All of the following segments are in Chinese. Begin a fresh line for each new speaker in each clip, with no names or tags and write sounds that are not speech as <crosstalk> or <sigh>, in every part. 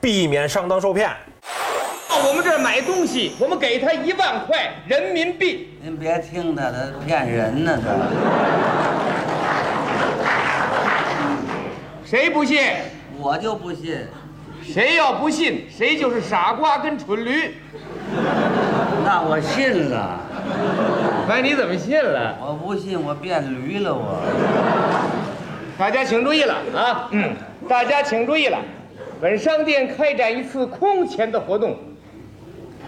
避免上当受骗。
啊我们这儿买东西，我们给他一万块人民币，
您别听他，他骗人呢，他。
谁不信？
我就不信，
谁要不信，谁就是傻瓜跟蠢驴。
那我信了，
哎，你怎么信了？
我不信我变驴了我。
大家请注意了啊！嗯，大家请注意了，本商店开展一次空前的活动，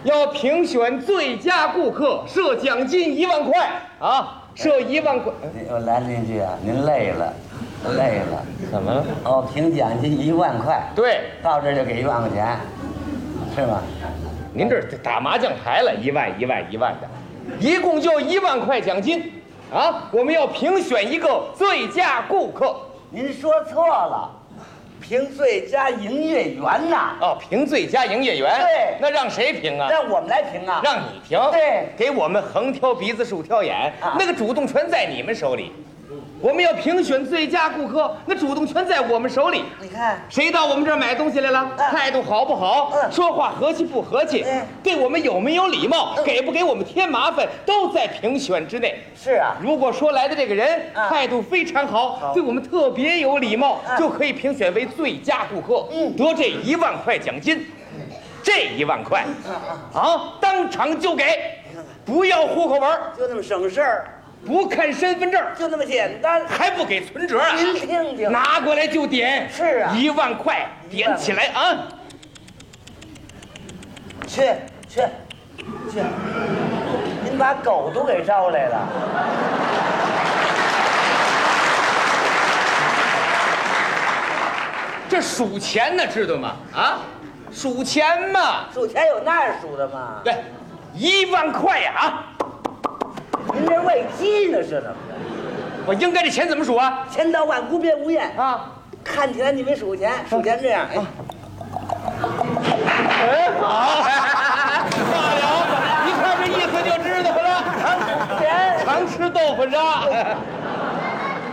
要评选最佳顾客，设奖金一万块啊！设一万块，
您我来您一句啊，您累了，累了。
怎么了？
哦，评奖金一万块，
对，
到这儿就给一万块钱，是吗？
您这儿打麻将牌了，一万一万一万的，一共就一万块奖金，啊！我们要评选一个最佳顾客
您说错了，评最佳营业员呐，
啊，评最佳营业员。
对
那让谁评啊？
让我们来评啊。
让你评，
对
给我们横挑鼻子竖挑眼，
啊嗯
那个主动权在你们手里。我们要评选最佳顾客，那主动权在我们手里。
你看，
谁到我们这儿买东西来了？
嗯
态度好不好？
嗯
说话和气不和气？
嗯
对我们有没有礼貌？
嗯
给不给我们添麻烦？都在评选之内。
是啊，
如果说来的这个人
啊
态度非常好，
好
对我们特别有礼貌，
啊
就可以评选为最佳顾客，
嗯
得这一万块奖金，这一万块，啊，当场就给，不要户口本儿，
就那么省事儿，
不看身份证儿，
就那么简单。
还不给存折啊？
您听听，
拿过来就点，
是啊
一万块点起来啊！
去去去，您把狗都给招来了。
这数钱呢，知道吗？啊，数钱嘛，
数钱有那数的吗？
对，一万块呀啊！
您这喂鸡呢是怎么着？
我应该这钱怎么数啊？
千刀万无边无厌，
啊！
看起来你没数钱，数钱这样，哎，
好， <laughs> 大了，一看这意思就知道了，
数钱，
常吃豆腐渣，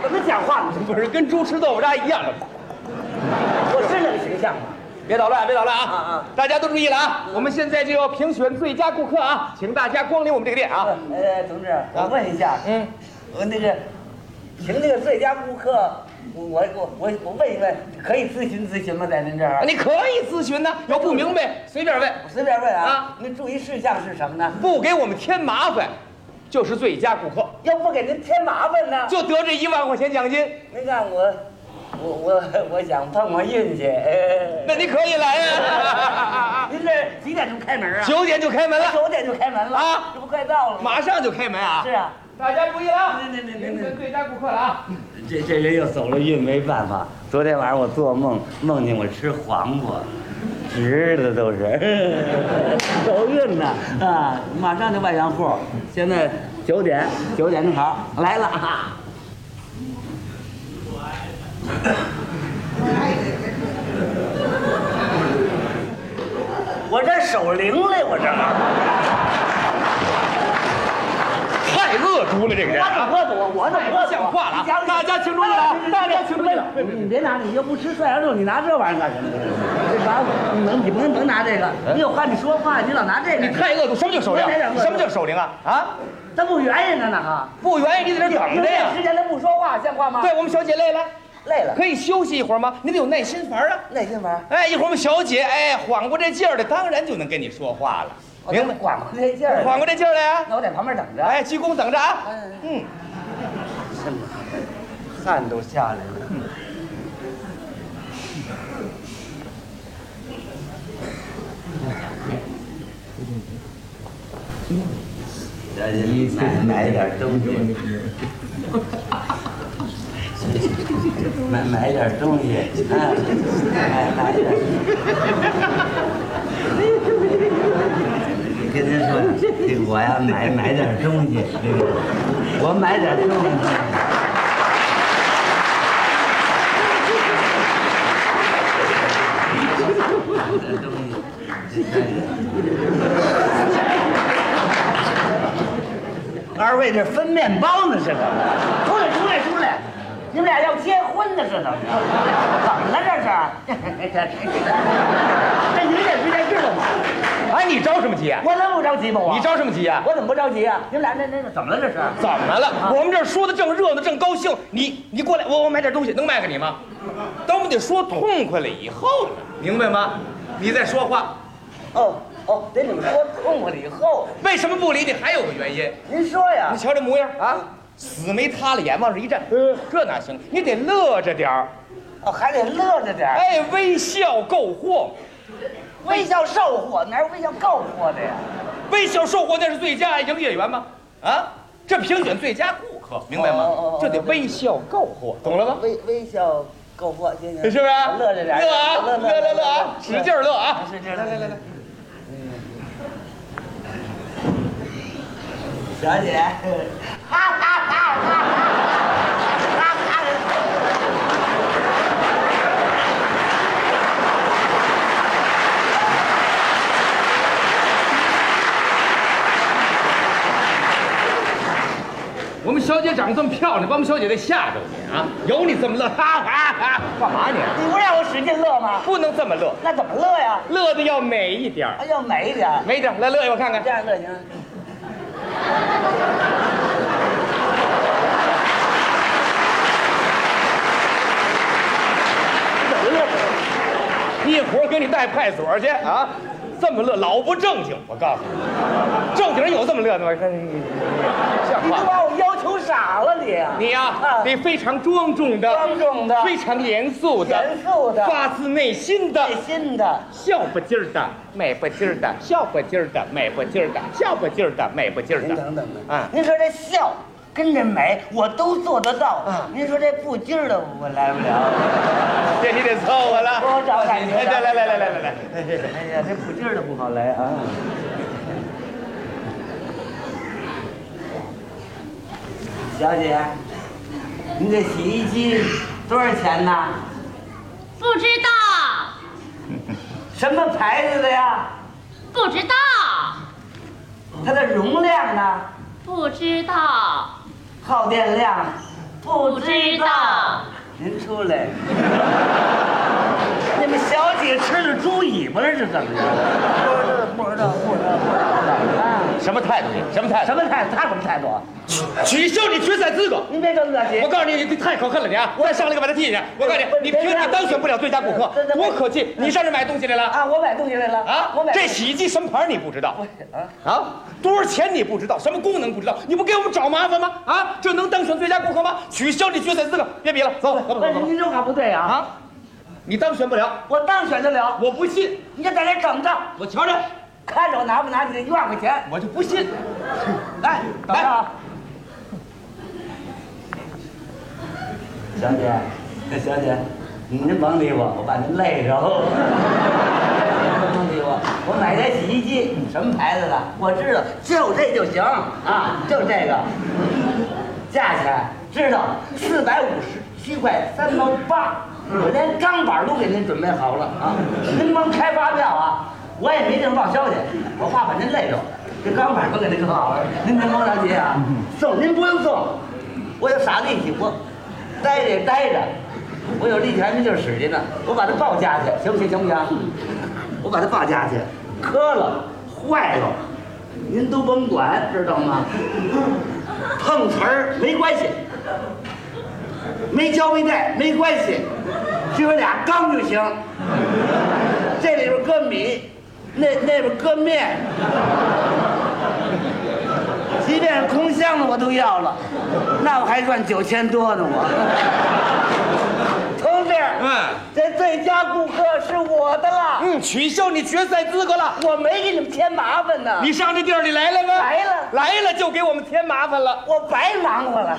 怎么讲话呢？
<laughs> 不是跟猪吃豆腐渣一样。
我是那个形象吗？
别捣乱，别捣乱啊！
啊啊
大家都注意了啊！我们现在就要评选最佳顾客啊，请大家光临我们这个店啊！
呃，同志，我问一下，
嗯，
我那个，评那个最佳顾客，我我我我我问一问，可以咨询咨询吗？在您这儿，
啊你可以咨询呢，有不明白随便问，
我随便问
啊
啊，您注意事项是什么呢？
不给我们添麻烦，就是最佳顾客，
要不给您添麻烦呢？
就得这一万块钱奖金。
您看我，我我我想碰碰运气。
那你可以来呀、
<laughs> 您这几点钟开门啊？
<laughs> 九点就开门了，
九点就开门了
啊
这不快到了吗？
马上就开门啊！
是啊，
大家注意了啊！
那那那那那
评选最佳顾客了啊！
这这人又走了运，没办法。昨天晚上我做梦，梦见我吃黄瓜，直的都是， <laughs> 走运呐啊！马上就外洋户，现在九点九点正好来了啊！我这手灵嘞，我这我
太恶毒了，这个人
怎么
啊！
喝我我怎么喝
不像话了啊！大家请注意了啊，大家请注意了。
哎你别拿，你又不吃涮羊肉，你拿这玩意儿干什么？这玩意儿你能，你不能能拿这个？你有话你说话，你老拿这
嗯你
个，
太恶毒，什么叫守灵？什么叫守灵啊？啊，
他不圆呢呢哈。
不愿意你在这等着呀
<laughs> 时。间他不说话，像话吗？
对，我们小姐累了，
累了，
可以休息一会儿吗？你得有耐心玩啊。
耐心玩。
哎，一会儿我们小姐哎缓过这劲儿来，当然就能跟你说话了，明白？
管不这劲儿，
缓过这劲儿来啊！
那我在旁边等着。
哎，鞠躬等着啊。嗯，
汗都下来了。买买点东西，买买点东西，哎，买买点。跟您说，这个我要买买点东西，这个我买点东西。二位这分面包呢？这个，出来出来出来！你们俩要结婚婚的似的，怎么了这是？ <laughs> 这这有点不带劲了吗？
哎，你着什么急啊？
我能不着急吗？我
你着什么急啊？
我怎么不着急啊？你们俩那那那怎么了这是？
怎么
啊
了？我们这儿说的正热闹，正高兴，你你过来，我我买点东西，能卖给你吗？等我们得说痛快了以后呢，明白吗？你再说话，
哦哦，得你们说痛快了以后，
为什么不理你？还有个原因，
您说呀
你。瞧这模样啊，
啊，
死没塌了眼，往这一站，
嗯
这哪行？你得乐着点儿，
哦，还得乐着点儿，
哎，微笑购货，
微笑售货，哪有微笑购货的呀？
微笑售货那是最佳营业员吗？啊，这评选最佳顾客，明白
哦哦哦
吗
哦？
这得微笑购货，懂了吗？
微微笑购货，行行，
是不是？
嗯乐着点儿，
乐啊，
乐
乐乐乐啊，使劲儿乐啊！
是这来来来来。小姐，哈哈哈哈哈哈！
我们小姐长得这么漂亮，把我们小姐给吓着你啊！有你这么乐，哈哈哈！干嘛你？
<laughs>
啊
你不让我使劲乐吗？
不能这么乐，
那怎么乐呀？
乐的要美一点儿，
哎，要美一点，
美一点儿，来乐一我看看
这。样乐行吗？怎么乐？
一会儿给你带派出所去啊！这么乐，老不正经，我告诉你，正经人有这么乐的吗？哎像
你都
话吗？
把我要求傻了你！
你呀、
啊
得非常庄重的，
庄重的
非常严肃的，
严肃的哎
发自内心的
最，新的，
笑不劲儿的，美不劲儿的，笑不劲儿的，美不劲儿的，笑不劲儿的，美不劲儿的。
您哎等等吧。
啊
您说这笑跟这美，我都做得到。
啊
您说这不劲儿的，我来不了。
这你得凑合了。哎
我找感 <laughs> 觉
来来来来来来来，
哎呀，这不劲儿的不好来啊。小姐，您这洗衣机多少钱呢？
不知道，
什么牌子的呀？
不知道，
它的容量呢？
不知道，
耗电量？
不知道。
您出来！ <laughs> 你们小姐吃了猪尾巴了是怎么着？不知道，不知道，不知道啊！
什么态度你？什么态度？
什么态度？他什么态度？
取消你决赛资格。
您别着急，
我告诉你，你太可恨了你啊！再上来个把他踢下去。我告诉你，你凭你当选不了最佳顾客，我可气！你上这买东西来了
啊，我买东西来了
啊
我买！
这洗衣机什么牌儿你不知道
我啊，
啊？多少钱你不知道？什么功能不知道？你不给我们找麻烦吗？啊，这能当选最佳顾客吗？取消你决赛资格，别比了，走走走
不是
走
您这话不对啊！
啊！你当选不了，
我当选得了，
我不信，
你就在这等着，
我瞧瞧，
看着我拿不拿你这一万块钱。
我就不信。
来，等着啊！小姐，小姐，您甭理我，我把您累着。 <laughs> 甭理我，我买台洗衣机，什么牌子的？我知道，就这就行啊，就这个。价钱知道，四百五十七块三毛八，我连钢板都给您准备好了啊！您甭开发票啊，我也没地方报销去，我怕把您累着。这钢板都给您弄好了，您您甭着急啊，送您不用送，我有傻力气，我待着也待着，我有力气还没地儿使去呢，我把它报价去，行不行？行不行？我把它报价去，磕了，坏了，您都甭管，知道吗？碰瓷儿没关系，没胶没带没关系，只有俩缸就行。这里边搁米，那那边搁面，即便是空箱子我都要了，那我还赚九千多呢我。 <laughs> 同志，
嗯
这最佳顾客是我的了，
嗯，取消你决赛资格了。
我没给你们添麻烦呢，
你上这地儿你来了吗？
啊来了
来了就给我们添麻烦了。
我白忙活了。